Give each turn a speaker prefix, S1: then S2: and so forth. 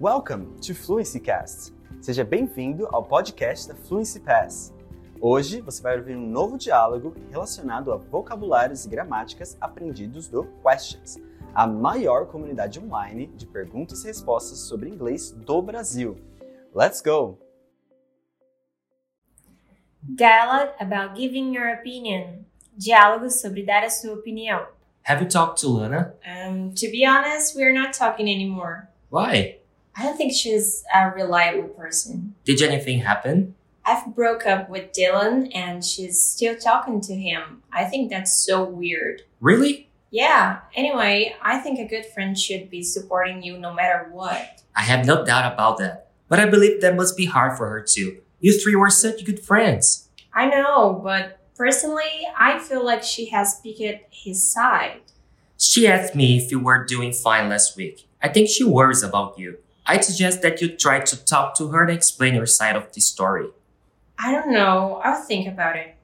S1: Welcome to Fluency Cast. Seja bem-vindo ao podcast da Fluency Pass. Hoje você vai ouvir um novo diálogo relacionado a vocabulários e gramáticas aprendidos do Questions, a maior comunidade online de perguntas e respostas sobre inglês do Brasil. Let's go!
S2: Dialogue about giving your opinion. Diálogo sobre dar a sua opinião.
S3: Have you talked to Lana?
S2: Um, to be honest, we're not talking anymore.
S3: Why?
S2: I don't think she's a reliable person.
S3: Did anything happen?
S2: I've broke up with Dylan and she's still talking to him. I think that's so weird.
S3: Really?
S2: Yeah, anyway, I think a good friend should be supporting you no matter what.
S3: I have no doubt about that. But I believe that must be hard for her too. You three were such good friends.
S2: I know, but personally, I feel like she has picked his side.
S3: She asked me if you were doing fine last week. I think she worries about you. I suggest that you try to talk to her and explain your side of the story.
S2: I don't know, I'll think about it.